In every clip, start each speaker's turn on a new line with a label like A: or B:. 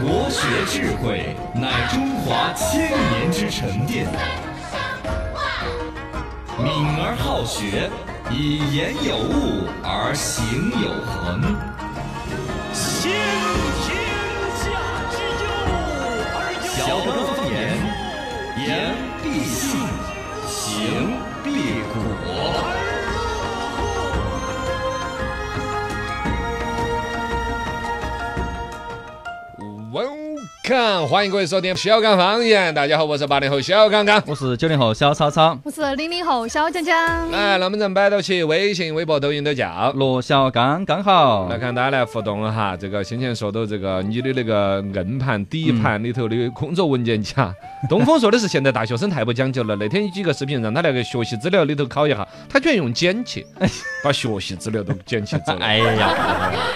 A: 国学智慧乃中华千年之沉淀，敏而好学，以言有物而行有恒。
B: 先天下之忧而忧，
A: 小不方言，言必信，行必果。
C: Welcome，欢迎各位收听小刚方言。大家好，我是八零后小刚刚。
D: 我是九零后小超超，
E: 我是零零后小江江，
C: 来，那么人摆到起，微信、微博、抖音都叫。
D: 罗小刚刚好
C: 来。看大家来互动哈，这个先前说到这个你的那个硬盘、底盘里头的工作文件夹，东风说的是现在大学生太不讲究了。那天有几个视频让他那个学习资料里头拷一下，他居然用剪 切，把学习资料都剪切走了。
D: 哎呀，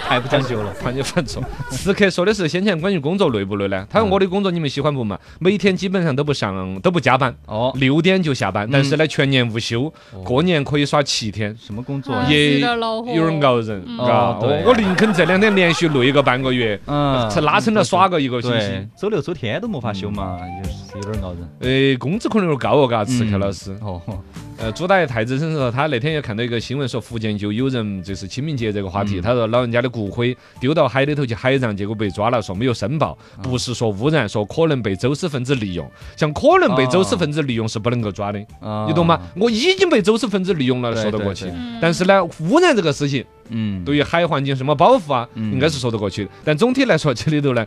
D: 太不讲究了。
C: 怕你犯错。此刻说的是先前关于工作累不累呢？他说我的工作你们喜欢不嘛？每天基本上都不上都不加班，
D: 哦，
C: 六点就下班，但是呢全年无休，过年可以耍七天。
D: 什么工作？啊
E: 哎
C: 嗯
E: 有
C: 也有
E: 点恼火嗯
C: 点熬人，嘎
D: 哦。对
C: 我我宁肯这两天连续累个半个月，
D: 嗯
C: 才拉伸了耍个一个星
D: 对
C: 期。，
D: 周六周天都没法休嘛，就是有点熬人。
C: 诶，工资可能有点高哦，嘎，嗯刺客老师。
D: 哦，
C: 呃，朱大爷太子生说，他那天也看到一个新闻，说福建就有人就是清明节这个话题，
D: 嗯
C: 他说老人家的骨灰丢到海里头去海葬，结果被抓了，说没有申报，
D: 啊
C: 不是说污染，说可能被走私分子利用。像可能被
D: 哦
C: 走私分子利用是不能够抓的，哦你懂吗？？我已经被走私分子利用了，
D: 啊对
C: 说得
D: 对
C: 过去
D: 对。
C: 但是呢，污染这个事情，
D: 嗯，
C: 对于海环境什么保护啊，
D: 嗯
C: 应该是说得过去的。但总体来说，这里头呢，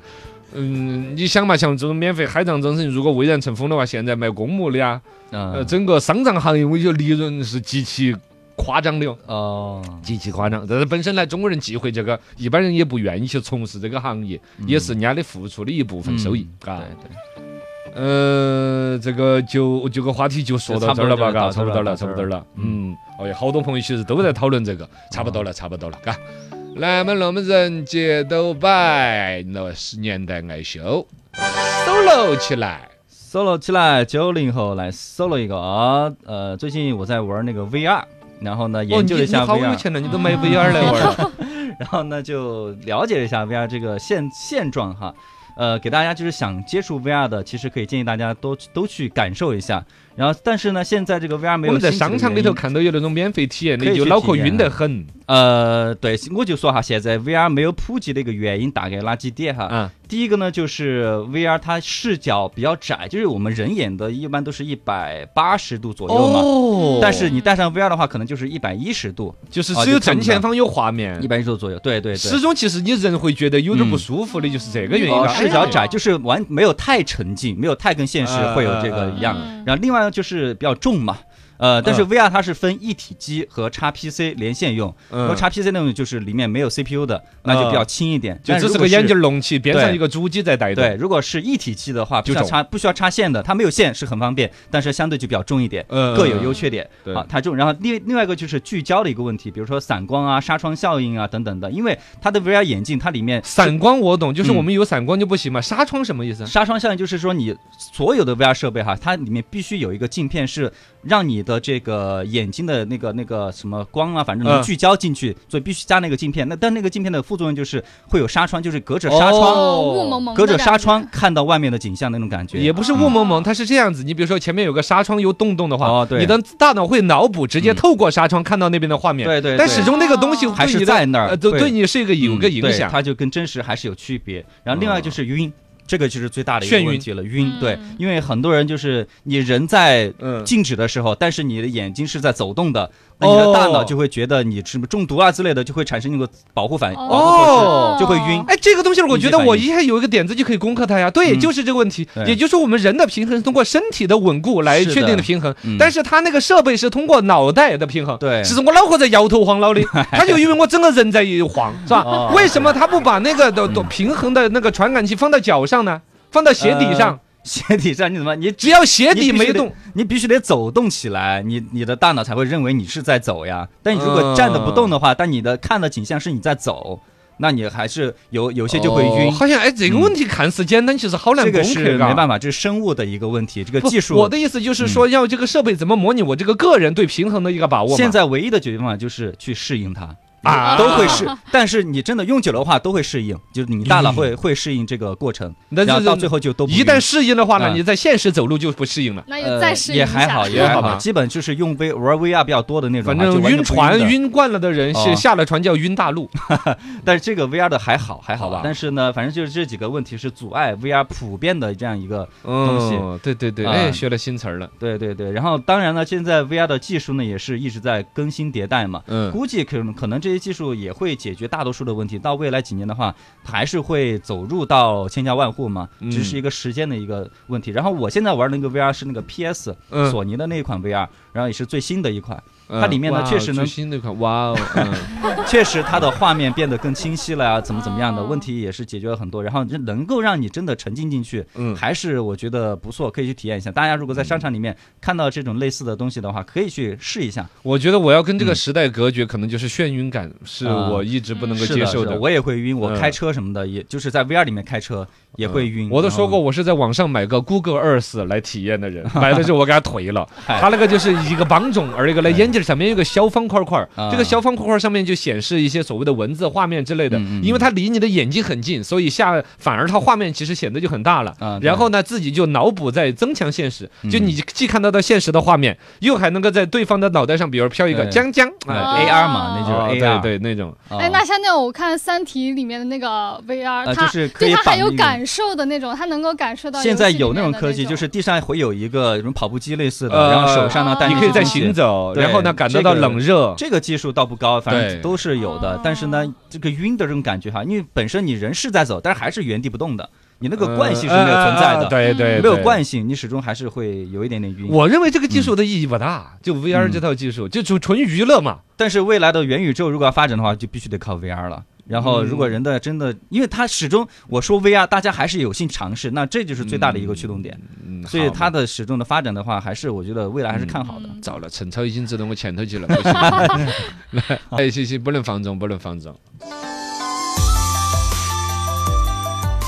C: 嗯，你想嘛，像这种免费海葬这种事情，如果蔚然成风的话，现在卖公墓的呀，呃，
D: 嗯，
C: 整个丧葬行业，我觉得利润是极其夸张的哦。
D: 哦，
C: 极其夸张，但是本身呢，中国人忌讳这个，一般人也不愿意去从事这个行业，也是人家的付出的一部分收益，嘎、
D: 嗯对对，
C: 呃，这个就这个话题就说到这儿了吧，嘎，差
D: 差不
C: 不多
D: 多
C: 了，
D: 了
C: 差
D: 差
C: 不
D: 不
C: 多
D: 多
C: 了。嗯，哦有好多朋友其实都在讨论这个，差不多了，差不多了，嘎。那么，那么人节都摆，那是年代爱秀，solo 起来。
D: solo 起来，九零后来 solo 一个啊！呃，最近我在玩那个 VR，然后呢
C: 哦，
D: 研
C: 你
D: 究了一
C: 你
D: 下
C: 好有
D: VR，
C: 钱了，你都买 VR 来玩儿。
D: 然后呢就了解了一下 VR 这个现现状哈。呃，给大家就是想接触 VR 的，其实可以建议大家都都去感受一下。然后，但是呢，现在这个 VR 没有
C: 我们在
D: 兴起的
C: 商场里
D: 原
C: 头
D: 因
C: 看到有那种免费体验啊
D: 可
C: 的，
D: 以
C: 就
D: 去
C: 脑壳
D: 体验
C: 晕得很
D: 呃，对，我就说哈，现在 VR 没有普及的一个原因大概有哪几点哈？
C: 啊。
D: 第一个呢，就是 VR 它视角比较窄，就是我们人眼的一般都是一百八十度左右嘛。
C: 哦
D: 但是你戴上 VR 的话，可能就是一百一十度，
C: 就是
D: 哦
C: 只有
D: 就看
C: 哦正
D: 不
C: 前
D: 到
C: 方有画面
D: 一，百一十度左右。对对
C: 始
D: 对，
C: 终其实你人会觉得有点不
D: 嗯
C: 舒服的，就是这个原因
D: 哦，
C: 嘎。
D: 视角窄就是完没有太沉浸，没有太跟现实会有这个一样。
E: 嗯
D: 然后另外呢，就是比较重嘛。呃，但是
C: 嗯
D: VR 它是分一体机和 XPC 连线用，如
C: 嗯
D: 果 XPC 那种就是里面没有 CPU 的，那就比较轻一点。
C: 就
D: 但
C: 只
D: 如
C: 是
D: 果
C: 个眼镜隆起，边上一个主机在带动。
D: 对，，如果是一体机的话，不
C: 就
D: 需要
C: 重
D: 插不需要插线的，它没有线是很方便，但是相对就比较重一点，
C: 嗯
D: 各有优缺点。
C: 对
D: 啊，它重。然后另另外一个就是聚焦的一个问题，比如说散光啊、纱窗效应啊等等的，因为它的 VR 眼镜它里面。
C: 闪光我懂，就是
D: 嗯
C: 我们有闪光就不行嘛。纱窗什么意思啊？
D: 纱窗效应就是说，你所有的 VR 设备哈，它里面必须有一个镜片，是让你的这个眼睛的那个那个什么光啊，反正
C: 嗯
D: 能聚焦进去，所以必须加那个镜片。那但那个镜片的副作用就是会有纱窗，就是隔着纱窗，
E: 哦雾蒙蒙的
D: 隔着纱
E: 感觉
D: 窗看到外面的景象那种感觉。
C: 也不是雾蒙蒙，它是这样子。你比如说前面有个纱窗有洞洞的话，
D: 哦对
C: 你的大脑会脑补，直接
D: 嗯
C: 透过纱窗看到那边的画面。
D: 对对
C: 但
D: 对
C: 始终那个东西
E: 哦
D: 还
C: 对你
D: 是
C: 的
D: 在那儿
C: 呃，对，
D: 对嗯
C: 对你是一个有个影
D: 对
C: 响。哦
D: 它就跟真实还是有区别。然后另外就是晕，这个就是最大的一
C: 眩
D: 个
C: 晕
D: 问题了，晕。
E: 嗯
D: 对，因为很多人就是你人在
C: 嗯哦
D: 静止的时候，但是你的眼睛是在走动的，那你的大脑就会觉得你什么中毒啊之类的，就会产生一个保护反保护
C: 哦
D: 措施，就会晕。
C: 哎，这个东西我觉
D: 应激
C: 得
D: 反应
C: 我一下有一个点子就可以攻克它呀。对，
D: 嗯
C: 就是这个问题。
D: 对
C: 也就是我们人的平衡是通过身体的稳固来
D: 是的
C: 确定的平衡
D: 嗯，
C: 但是它那个设备是通过脑袋的平衡。
D: 对
C: 其实我脑壳在摇头 晃脑的，它就因为我整个人在晃，是吧
D: 哦？
C: 为什么他不把那个的的平衡的那个传感器放到脚上呢？放到鞋底上
D: 呃，鞋底上你怎么你
C: 只要鞋
D: 你必
C: 底
D: 须
C: 没
D: 得
C: 动，
D: 你必须得走动起来，你你的大脑才会认为你是在走呀。但你如果站着不动的话，但你的看的景象是你在走，那你还是有有些就会晕
C: 哦。好像哎，这个问题看似简单，其实好难
D: 这
C: 攻
D: 个
C: 克。
D: 是
C: 嘎
D: 没办法，这是生物的一个问题，这个
C: 不
D: 技术。嗯
C: 我的意思就是说，要这个设备怎么模拟我这个个人对平衡的一个把握嘛。
D: 现在唯一的解决方法就是去适应它，
C: 啊
D: 都会适。但是你真的用久了的话，都会适应，就是你大脑会会适应这个过程，
C: 那
D: 然
C: 嗯就
D: 后
C: 是
D: 到最后就都不
C: 一旦
D: 晕
C: 适应的话呢，
D: 嗯
C: 你在现实走路就不适应了。
E: 那也
D: 呃
E: 哎再试一下，
D: 也还好，也还
C: 也好
D: 好，基本就是用 V 玩 VR 比较多的那种
C: 反
D: 啊，
C: 正
D: 就完全
C: 晕
D: 不
C: 船
D: 的
C: 晕惯了的人
D: 哦
C: 是下了船叫晕大 陆。
D: 但是这个 VR 的还好，还好
C: 好吧
D: 但是呢，反正就是这几个问题是阻碍 VR 普遍的这样一个，
C: 嗯，对对对，
D: 啊
C: 哎，学了新词儿了。
D: 对对对。然后当然呢，现在 VR 的技术呢也是一直在更新迭代嘛，
C: 嗯，
D: 估计可能可能这些技术也会解决大多数的问题。到未来几年的话，它还是会走入到千家万户嘛，
C: 嗯
D: 只是一个时间的一个问题。然后我现在玩的那个 VR 是那个 PS
C: 嗯
D: 索尼的那一款 VR，然后也是最新的一款，
C: 嗯
D: 它里面呢
C: 哇
D: 确实能
C: 最新那款，哇 哦，嗯
D: 确实，它的画面变得更清晰了呀、怎么怎么
C: 哦
D: 样的问题也是解决了很多，然后这能够让你真的沉浸进去，
C: 嗯
D: 还是我觉得不错，可以去体验一下。大家如果在商场里面看到这种类似的东西的话，可以去试一下，
C: 我觉得我要跟这个时代隔绝，可能就是眩晕感是
D: 嗯啊
C: 我一直不能够
D: 是的
C: 接受
D: 是的，我也会晕，我
C: 嗯
D: 开车什么的，也就是在 VR 里面开车也会晕。
C: 我都说过，
D: 嗯，
C: 我是在网上买个 Google Earth 来体验的 人，买了之后我给他颓了。
D: 哎
C: 他那个就是一个帮种，而一个呢，眼镜上面有个小方块块儿
D: 啊，
C: 这个小方块块上面就显示一些所谓的文字、画面之类的
D: 嗯嗯。嗯
C: 因为它离你的眼睛很近，所以下反而它画面其实显得就很大了
D: 啊。对
C: 然后呢，自己就脑补在增强现实，就
D: 嗯
C: 你既看得到现实的画面，又还能够在对方的脑袋上，比如飘一个
D: 对
C: 江江啊，
D: 哎 AR 嘛，那
C: 哦
D: 就是啊 AR、
C: 对对那种。
D: 对
E: 哎，那像那种我看《三体》里面的那个 VR，、
D: 哦呃
E: 它
D: 就是可
E: 对
D: 以
E: 它还
D: 绑
E: 有
D: 那个
E: 感受的那种，它能够感受到。
D: 现在有
E: 那
D: 那种科技，就是地上会有一个什么跑步机类似的，
C: 呃
D: 然后手上呢带
E: 但
C: 你
D: 那
C: 可以
D: 些
C: 在
D: 东西
C: 行走，
D: 对
C: 然后呢感受到
D: 这个
C: 冷热，
D: 这个技术倒不高，反
C: 对
D: 正都是有的
E: 哦。
D: 但是呢，这个晕的这种感觉哈，因为本身你人是在走，但是还是原地不动的，你那
C: 嗯
D: 个惯性是没有存在
C: 呃
D: 的，
C: 呃对对，
D: 没有
C: 对
D: 惯性，你始终还是会有一点点晕。
C: 我认为这个技术的意义不大，就 VR
D: 嗯
C: 这套技术，就纯纯娱乐嘛。
D: 但是未来的元宇宙如果要发展的话，就必须得靠 VR 了。然后，
C: 嗯
D: 如果人的真的，因为它始终我说 VR，大家还是有幸尝试，那这就是最大的一个驱动点。
C: 嗯，
D: 所以
C: 好
D: 它
C: 嘛
D: 的始终的发展的话，还是我觉得未来还是看好的。
C: 糟了，陈超已经走到我前头去了，不行， 来，哎，行行，不能放纵，不能放纵。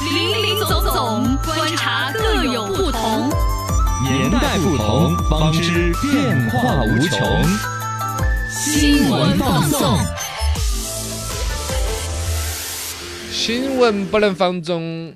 E: 林林总总观察各有不同。
A: 年代不同，方知变化无穷。
E: 新闻放送，
C: 新闻不能放纵，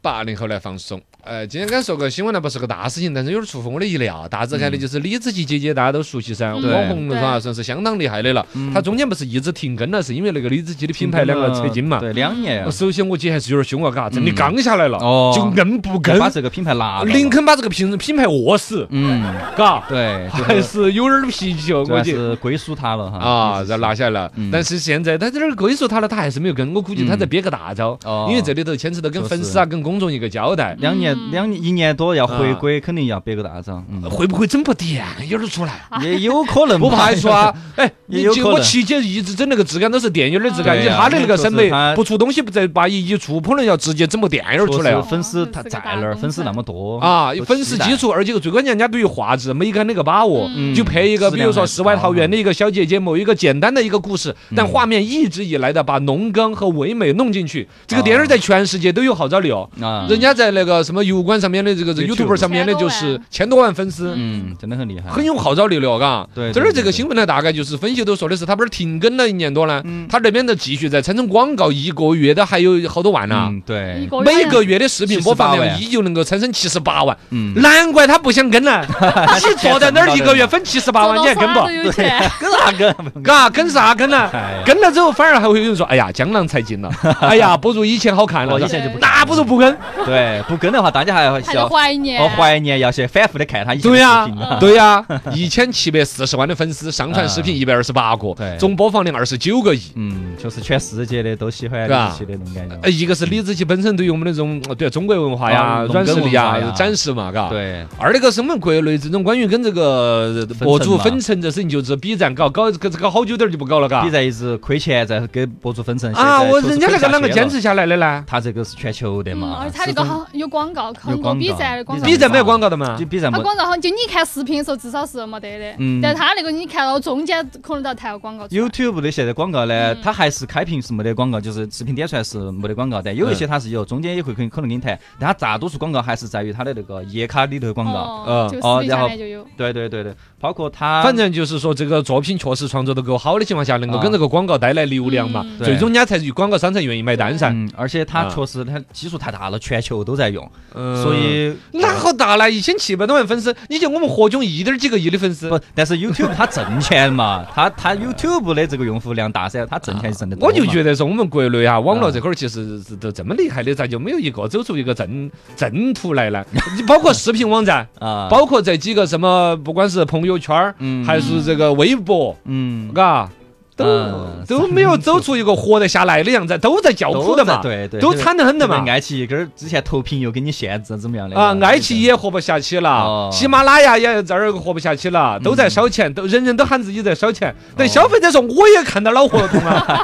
C: 八零后来放松。呃，今天刚说个新闻呢，不是个大事情，但是有点出乎我的意料。大致看的就是李子柒姐姐，大家都熟悉噻，网
E: 嗯
C: 红
E: 对
C: 啊，算是相当厉害的了。
D: 嗯
C: 她中间不是一直停更了，是因为那个李子柒的品牌两个扯筋嘛。
D: 嗯对，两年
C: 我首先我姐还是有点凶啊，嘎，真的
D: 嗯
C: 刚下来了，
D: 哦
C: 就硬不跟。
D: 把这个品牌拉啊了。
C: 林肯把这个品品牌饿死，
D: 嗯，
C: 嘎，
D: 对，就是
C: 还是有点脾气哦，
D: 主
C: 我
D: 要
C: 觉得。
D: 是归属他了哈
C: 啊，然后拿下来了
D: 嗯，
C: 但是现在他在这儿归属他了，他还是没有跟，我估计他在憋个大招
D: 哦，
C: 因为这里头牵扯到跟
D: 就是嗯
C: 粉丝啊、跟公众一个交代，
D: 两年两年一年多要回
C: 啊
D: 归，肯定要憋个大招，嗯
C: 会不会整不掂，有点出来，
D: 也有可能
C: 不
D: 吧
C: 排 除啊。哎，
D: 嗯也
C: 你
D: 有
C: 就
D: 可能
C: 我期间一直整那个质感都是电影的质感，
D: 对
C: 以
D: 呀
C: 他的那个审
D: 就是
C: 美
D: 他，
C: 不出东西不再把一一出，可能要直接整不掂有点
D: 说
C: 出来
D: 是
C: 啊。
D: 粉丝他在那儿，
E: 哦
D: 粉丝那么多
C: 啊
D: 都，
C: 粉丝
D: 期待
C: 基础，而且最关键，人家对于画质、美感的一个把握，
D: 嗯
C: 就配一个，
D: 质
C: 比
D: 量
C: 如说
D: 还
C: 世外
D: 高
C: 桃源
D: 啊
C: 的一个小姐姐，某一个简单的一个故事，
D: 嗯
C: 但画面一直以来的把农耕和唯美弄进去，这个电影在全世界都有号召力哦。
D: 啊，
C: 人家在那个什么油管上面的这个
D: YouTube
C: YouTube 上面的，就是千多万粉丝，
D: 嗯，真的很厉害，
C: 很有号召力了，嘎。
D: 对对
C: 这儿这
D: 对
C: 个
D: 对
C: 新闻呢，大概就是分析都说的是他不是停更了一年多呢，
D: 嗯
C: 他这边的继续在产生广告，一个月的还有好多万呢。
D: 嗯，
E: 一
D: 对，
E: 个
C: 每
E: 月
C: 个月的视频播放
D: 78
C: 量
D: 万
C: 依旧能够产生七十八万，
D: 嗯，
C: 难怪他不想跟 呢，你坐在那儿一个月分七十八
E: 做
C: 万，
E: 到
C: 你还
E: 啥
C: 跟
E: 都
C: 不？
E: 有钱，
D: 跟啥跟？
C: 嘎，跟啥跟呢
D: 哎呀？
C: 跟了之后反而还会有人说，哎呀，江郎 才尽了，哎呀，不如以前好看了
D: 我以
E: 前，
D: 前就不
C: 那不如不跟。
D: 对，不跟的话，大家还
E: 还
D: 是
E: 得
D: 要
E: 怀念。
D: 哦怀念，要去反复的看他以前
C: 对
D: 的
C: 呀
D: 视频啊，，
C: 对呀，一千七百四十万的粉丝，上传视频一百二十八个
D: 对，
C: 总播放量二十九个亿。
D: 嗯，就是全世界的都喜欢
C: 是吧
D: 李子柒的那种感
C: 呃，
D: 觉，
C: 一个是李子柒本身对于我们那种呃对中国文化呀
D: 啊、
C: 软实力
D: 农耕文化
C: 呀
D: 呀
C: 展示嘛，嘎。
D: 对，
C: 二那个是我们国内这种关于跟这个
D: 层
C: 博主
D: 嘛
C: 分成这事情，就是比战搞搞搞搞好久点儿就不搞了，嘎
D: 比。赛一直亏钱在给博主分成
C: 啊，我人家那个啷
D: 啷
C: 个坚持下来的呢？
D: 他这个是全球的
E: 嗯，
D: 嘛，
E: 而且它这个好有广
F: 告，
D: 有
F: 很多
D: 广
F: 比
D: 告
F: 赛的广
D: 比
F: 告
D: 赛。
C: B 站没有广告的嘛
D: 就？比咱
F: 它
D: 们
F: 广告好像就你看视频的时候至少是没得的，
D: 嗯
F: 但它那个你看到中间可能到它有广告出来。
D: YouTube 的现在广告呢，
F: 嗯
D: 它还是开屏是没得广告，就是视频点出来是没得广告，但有一些它是有，中间也会可以可能给你弹，但它大多数广告还是在于它的那个页卡里头的广告。
F: 哦
C: 嗯
F: 就
D: 哦
F: 视频
D: 然
F: 下
D: 后
F: 面就有。
D: 对对对对，包括它，
C: 反正就是说，这个作品确实创作的够好的情况下，能够
D: 啊
C: 跟这个广告带来流量嘛，
F: 嗯
D: 对
C: 最终人家才与广告商才愿意买单噻。
D: 嗯，而且它
C: 啊
D: 确实它基数太大了，全球都在用，
C: 嗯
D: 所以
C: 哪好大呢？一千七百多万粉丝，你就我们何炅一点几个亿的粉丝，
D: 不，但是 YouTube 它挣钱嘛， 它它 YouTube 的这个用户量大噻，它挣钱是挣得多
C: 我
D: 嘛。
C: 就觉得说我们国内啊，网络
D: 嗯
C: 这块儿其实是都这么厉害的，咋就没有一个走出一个正正途来呢？你 包括视频网 站，
D: 啊，
C: 包括这几个什么，不管是朋友圈儿，
D: 嗯
C: 还是这个微博，
D: 嗯，
C: 嘎。都
D: 嗯
C: 都没有走出一个活得下来的样子，都在叫苦的嘛，
D: 都在对对
C: 都惨得很的
D: 对
C: 嘛
D: 不对。爱奇艺跟儿之前投屏又给你限制怎么样的
C: 啊，爱奇艺也活不下去
D: 哦嗯
C: 了，喜马拉雅也这儿活不下去了，都在烧钱，都人人都喊自己在烧钱。但
D: 哦
C: 消费者说我也看到恼火痛 啊，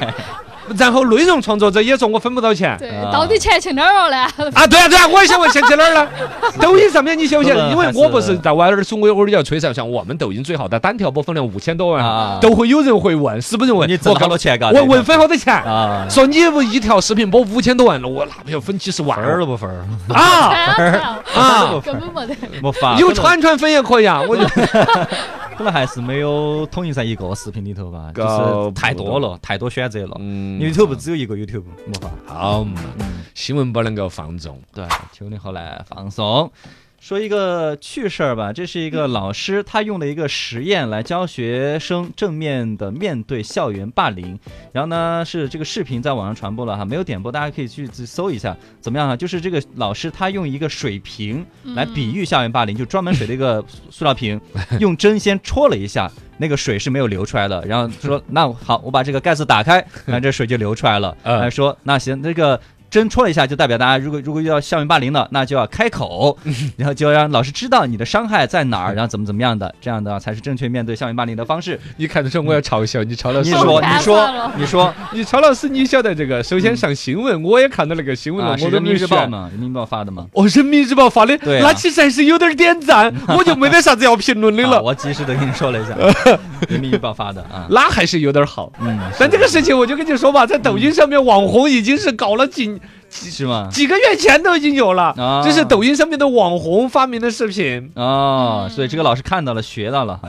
C: 然后内容创作者也说我分不到钱。
F: 对，
D: 啊
F: 到底钱去哪儿了 呢？
C: 啊，对啊，对啊，我也想问钱去哪儿了？抖音上面你晓不晓得？因为我不是在玩儿耍，我偶尔要吹哨，像我们抖音最好的单条播放量五千多万，
D: 啊，
C: 都会有人会问，是不是问
D: 你挣
C: 我
D: 好
C: 告
D: 多钱嘎？
C: 我
D: 这个
C: 问分好多钱？
D: 啊，
C: 说你不一条视频播五千多万了，我那不要分几十万
D: 分儿都不分儿，
C: 啊
D: 啊
F: 啊，根本没得。
D: 没法。
C: 啊！有团传粉也可以啊，我就
D: 可能还是没有统一在一个视频里头吧，就
C: 搞
D: 是
C: 不
D: 太多了，太多选择了。
C: 嗯
D: YouTube 只有一个 YouTube，没法。
C: 好嘛，
D: 嗯
C: 新闻不能够放纵。
D: 对，九零后来放松。说一个趣事儿吧，这是一个老师，他用了一个实验来教学生正面的面对校园霸凌。然后呢，是这个视频在网上传播了哈，没有点播，大家可以去自己搜一下，怎么样啊？就是这个老师他用一个水瓶来比喻校园霸凌，就专门水的一个 塑料瓶，用针先戳了一下，那个水是没有流出来的。然后说，那好，我把这个盖子打开，那这水就流出来了。
C: 嗯
D: 呃，说那行，那个针戳了一下，就代表大家如果如果遇到校园霸凌了，那就要开 口，然后就要让老师知道你的伤害在哪儿，然后怎么怎么样的，这样的话才是正确面对校园霸凌的方式。
C: 你看得出我要嘲笑你，曹老
D: 嗯你
C: 师，
D: 说，你
F: 太算
D: 说
F: 了，
D: 你说，
C: 你曹老师，你晓得这个？首先上新闻，我也看到那个新
D: 嗯
C: 闻
D: 啊，
C: 了，
D: 是
C: 我都
D: 人
C: 没
D: 民
C: 有
D: 日报
C: 选。
D: 嘛，人民日报发的 嘛。
C: 哦，人民日报发的，
D: 对啊嗯
C: 那其实还是有点点赞，我就没得啥子要评论 的
D: 啊
C: 了，
D: 我及时的跟你说了 一下，人民日报发的啊。
C: 那还是有点好。
D: 嗯，
C: 但这个事情，我就跟你说吧，在抖音上面，网红已经是搞了几
D: 是吗？
C: 几个月前都已经有了
D: 嗯啊，
C: 这是抖音上面的网红发明的视频。
D: 哦，所以这个老师看到了，学到了哈。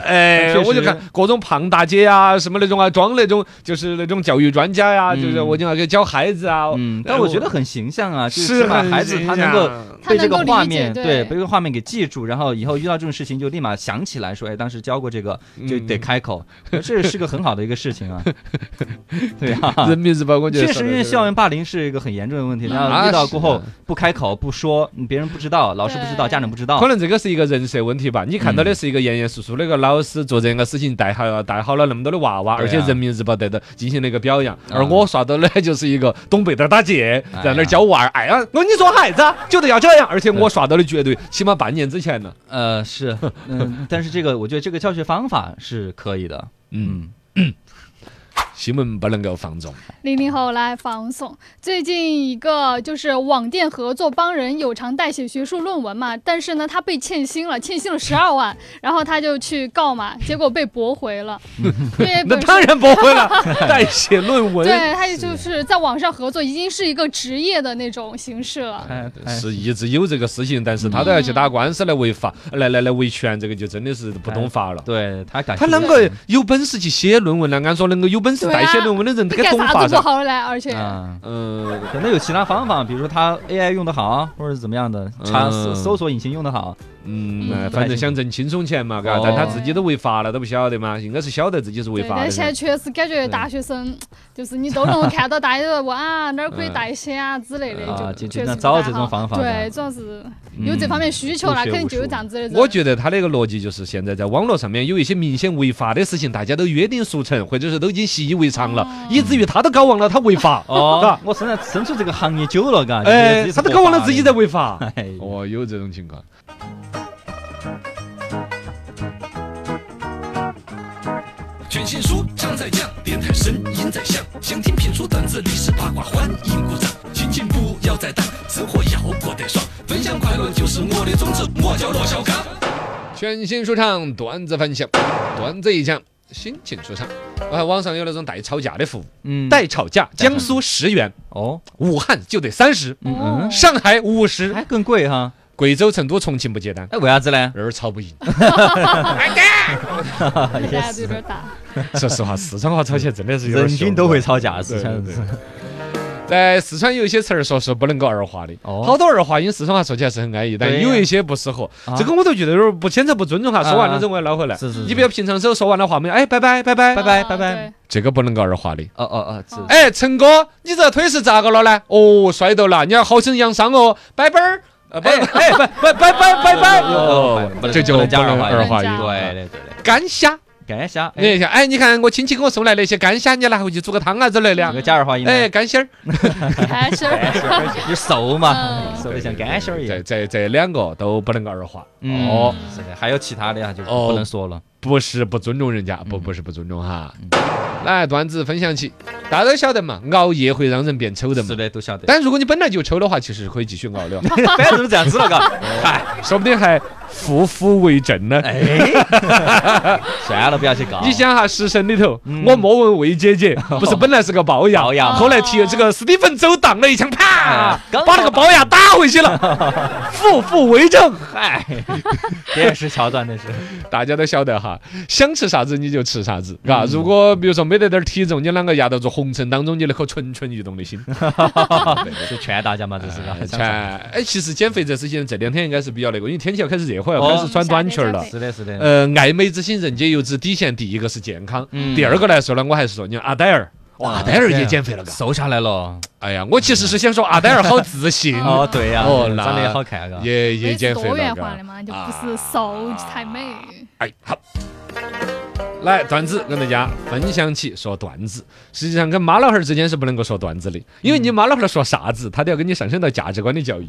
D: 确，
C: 哎
D: 实
C: 我就看各种胖大姐啊，什么那种啊，装那种就是那种教育专家呀，就是
D: 嗯
C: 我经常给教孩子啊。
D: 嗯，但我觉得很形象啊，就是起码
C: 很
D: 孩子
C: 形
D: 他能
C: 象
D: 够
F: 他
D: 被这
F: 能
D: 个
F: 够
D: 画
F: 理解
D: 面，
F: 对
D: 被这个画面给记住，然后以后遇到这种事情就立马想起来说，哎，当时教过这个，就
C: 嗯
D: 得开口，这是个很好的一个事 情啊。对啊，
C: 人民日报，我觉得
D: 确实，因为校园霸凌是一个很严重的问题，然后
C: 那
D: 遇到
C: 是
D: 过后
C: 啊
D: 不开口不说，嗯别人不知道，老师不知道，
F: 对
D: 家长不知道
C: 啊可，能这个是一个人设问题吧。你看到的是一个严严肃肃的一个老师做这样一个事情，带好带好了那么多的娃娃，
D: 对啊
C: 而且人民日报得到进行了一个表扬，
D: 嗯
C: 而我刷到的就是一个东北的大姐
D: 哎呀
C: 在那儿教娃儿，哎呀，我跟你说孩子啊就得要这样，而且我刷到的绝对起码半年之前了。
D: 呃，是，嗯，但是这个我觉得这个教学方法是可以的，
C: 嗯，
D: 嗯，
C: 新闻不能够放纵。
F: 零零后来放送。最近一个就是网店合作帮人有偿代写学术论文嘛，但是呢，他被欠薪了，欠薪了十二万，然后他就去告嘛，结果被驳 回了，因 为
C: 那
F: 本
C: 当
F: 身。
C: 然不会 了，代写论文。
D: 哎
F: 对，他也就是在网上合作，已经是一个职业的那种形式了。
D: 哎，哎
C: 嗯是一直有这个事情，但是他都要去打官司来违法，来来来维权，这个就真的是不懂法了。
D: 嗯哎对他感
C: 他
D: 兴
C: 能
D: 趣
C: 够有本事去写论文呢？按说能够有本事
F: 对啊
C: 代写论文的人，
F: 你
C: 该
F: 干
C: 懂
F: 啥
C: 法
F: 子
C: 噻。
F: 不 好来，而且
D: 啊。
C: 嗯，
D: 可能有其他方法，比如说他 AI 用的好啊，或者是怎么样的，查搜
C: 嗯
D: 搜索引擎用的好，
C: 嗯，
F: 嗯
C: 哎反正想挣轻松钱嘛，嘎
D: 哦，
C: 但他自己都违法了，都不晓得嘛，应该是晓得自己是违
F: 对，
C: 法
F: 但
C: 的
F: 现在
C: 噻。
F: 确实感觉大学生就是你都能 够看到大家都在问啊，哪儿可以代写啊之类的，
D: 嗯啊就
F: 就确
D: 就
F: 实
D: 那
F: 不
D: 找
F: 太
D: 这种
F: 好
D: 方法的
F: 对，主要是有这方面需求啦，
D: 嗯
F: 肯定就有这样子的人。
C: 我觉得他那个逻辑就是，现在在网络上面有一些明显违法的事情，大家都约定俗成，或者是都已经习以为常了，
F: 哦
C: 以至于他都搞忘了他违法，
D: 哦
C: 嘎，
D: 我身在身处这个行业久了，嘎，
C: 哎，他都搞忘了自己在
D: 问。
C: 违法。
D: 哎
C: 哦，有这种情况。
A: 全新书唱在酱，电台声音在响，想听评书段子历史八卦，欢迎鼓掌。心情不要再淡，生活要过得爽，分享快乐就是我的宗旨，我叫罗小刚。
C: 全新说唱段子分享，段子一讲心情舒畅。我看网上有那种代吵架的服务，
D: 嗯，
C: 代吵架，江苏十元，
D: 哦，
C: 武汉就得三十，
D: 嗯
F: 哦
C: 上海五十，
D: 还哎更贵哈，
C: 贵州、成都、重庆不接单。
D: 哎，为啥子呢？
C: 那儿吵不 赢，
D: 啊
F: 大家都有点大。
C: 说实话，四川话吵起来真的是有点
D: 人
C: 凶
D: 均都会吵架，是这样
C: 对
D: 子
C: 对。在四川有一些词儿，说是不能够儿化的，
D: 哦
C: 好多儿化音四川话说起来是很安逸，但
D: 对呀
C: 有一些不适合
D: 啊。
C: 这个我都觉得有点不牵扯不尊重哈。啊说完了之后我要捞回来
D: 是是是，
C: 你不要平常时候说完了话没有，哎，拜拜拜拜
D: 拜拜
F: 啊
D: 拜拜。
C: 这个不能够儿化的。
D: 哦哦哦，是
C: 哎，陈哥，你这腿是咋个了呢？哦，摔到了，你要好生养伤哦，拜拜儿，呃，不，哎，拜拜拜拜拜拜。
D: 哦不能
C: 这就
D: 不能加
C: 能
D: 二
C: 儿
F: 化
C: 化
F: 音
C: 音。
F: 不能
D: 对对对对，
C: 干虾，
D: 感谢虾，
C: 你
D: 哎，
C: 想，哎，你看我亲戚给我送来那些干虾，你拿回去煮个汤啊之类的
D: 这
C: 啊
D: 个。加二化音呢，
C: 哎，干虾儿，
F: 对，还是
C: 哎
D: 有瘦嘛，
F: 嗯
D: 瘦的像干虾儿一样
C: 这。这这两个都不能够儿化。
D: 嗯
C: 哦，
D: 是的，还有其他的呀，就
C: 哦
D: 不能说了。
C: 不是不尊重人家，不不是不尊重哈。来，段子分享起，大家都晓得嘛，熬夜会让人变丑的
D: 是
C: 嘛。
D: 的，都晓得。
C: 但如果你本来就丑的话，其 实是可以继续熬的，
D: 反正都这样子了，嘎。嗨，
C: 说不定还负负为正呢。
D: 哎， 算了，不要去搞。
C: 你想哈，《食神》里头
D: 嗯，
C: 我莫文蔚姐姐不是本来是个龅牙
D: 龅牙，
C: 后来提这个史蒂芬周挡了一枪，啪
D: 哎，刚
C: 把那个龅牙打回去了，负负为正。
D: 嗨，
C: 哎
D: 电视桥段那是。
C: 大家都晓得哈，想吃啥子你就吃啥
D: 嗯
C: 子，嘎。如果比如说没得点儿体重，你啷个压到做红尘当中，你那颗蠢蠢欲动 的心。
D: 就劝大家嘛，这是个。
C: 全哎，其实减肥这事情这两天应该是比较那个，因为天气要开始热火，要
D: 哦
C: 开始穿短裙儿了。
D: 是的，是的。
C: 呃，爱美之心，人皆有之。底线第一个是健康，
D: 嗯啊
C: 第二个来说呢，我还是说你看阿黛尔，哇，阿黛尔也减肥了嘎。
D: 瘦下来了。
C: 哎呀，我其实是想说阿黛尔好 自信，
D: 哦，对呀，
C: 哦那
D: 长得也好看，啊嘎。
C: 也
F: 也
C: 也减肥
F: 多元
C: 了啊
F: 化
C: 嘎
F: 的。嘛，就不是瘦才美。
C: 哎，好。来，段子跟大家分享起，说段子，实际上跟妈老汉儿之间是不能够说段子的，因为你妈老汉儿说啥子，他都要给你上升到价值观的教育，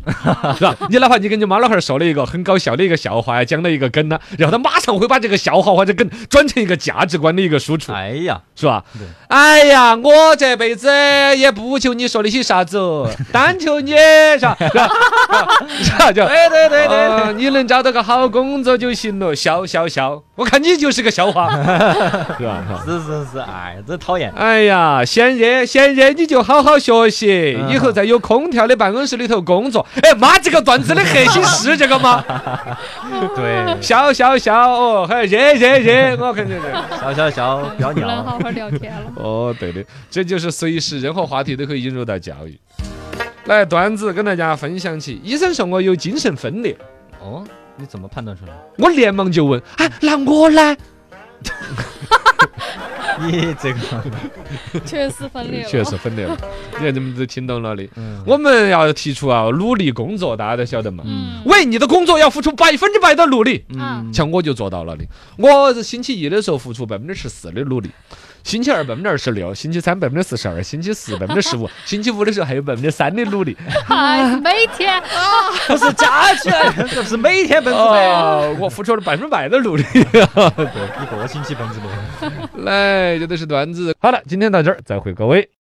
C: 是吧？你哪怕你跟你妈老汉儿说了一个很搞笑的一个笑话呀，讲了一个梗呢、然后他马上会把这个笑话或者梗转成一个价值观的一个输出，
D: 哎呀，
C: 是吧
D: 对？
C: 哎呀，我这辈子也不求你说的些啥 子哦，单求你啥啥啥就。
D: 对对对对，
C: 呃你能找到个好工作就行了，笑笑笑，我看你就是个 笑话，是吧？
D: 是是是，哎，真讨厌。
C: 哎呀，贤热贤热，你就好好学习，
D: 嗯
C: 以后在有空调的办公室里头工作。哎妈，这个段子的核心是这个 吗？
D: 对，
C: 笑笑笑哦，还热热热，我肯定的。
D: 笑笑笑，不要
F: 不能 好
D: 尿。
F: 好聊天 了。
C: 哦，对的，这就是随时任何话题都可以引入到教育。来，段子跟大家分享起，医生说我有精神分裂，
D: 哦，你怎么判断出来？
C: 我连忙就问，啊，那我呢？
D: 你这个，
F: 确实分裂了，
C: 确实分裂了，你看你们都听懂了的。
D: 嗯，
C: 我们要提出啊，努力工作，大家都晓得嘛。
F: 嗯，
C: 为你的工作要付出百分之百的努力，
D: 嗯，
C: 像我就做到了的。我是星期一的时候付出百分之十四的努力，星期二百分之二十六，星期三百分之四十二，星期四百分之十五，星期五的时候还有百分之三的努力。
F: 还是每 天
D: 不是加起来，这不是每天奔四倍。
C: 哦，我付出了百分之百的努 力。
D: 对，一个星期奔四倍。
C: 来，这都是段子。好了，今天到这儿，再会各位。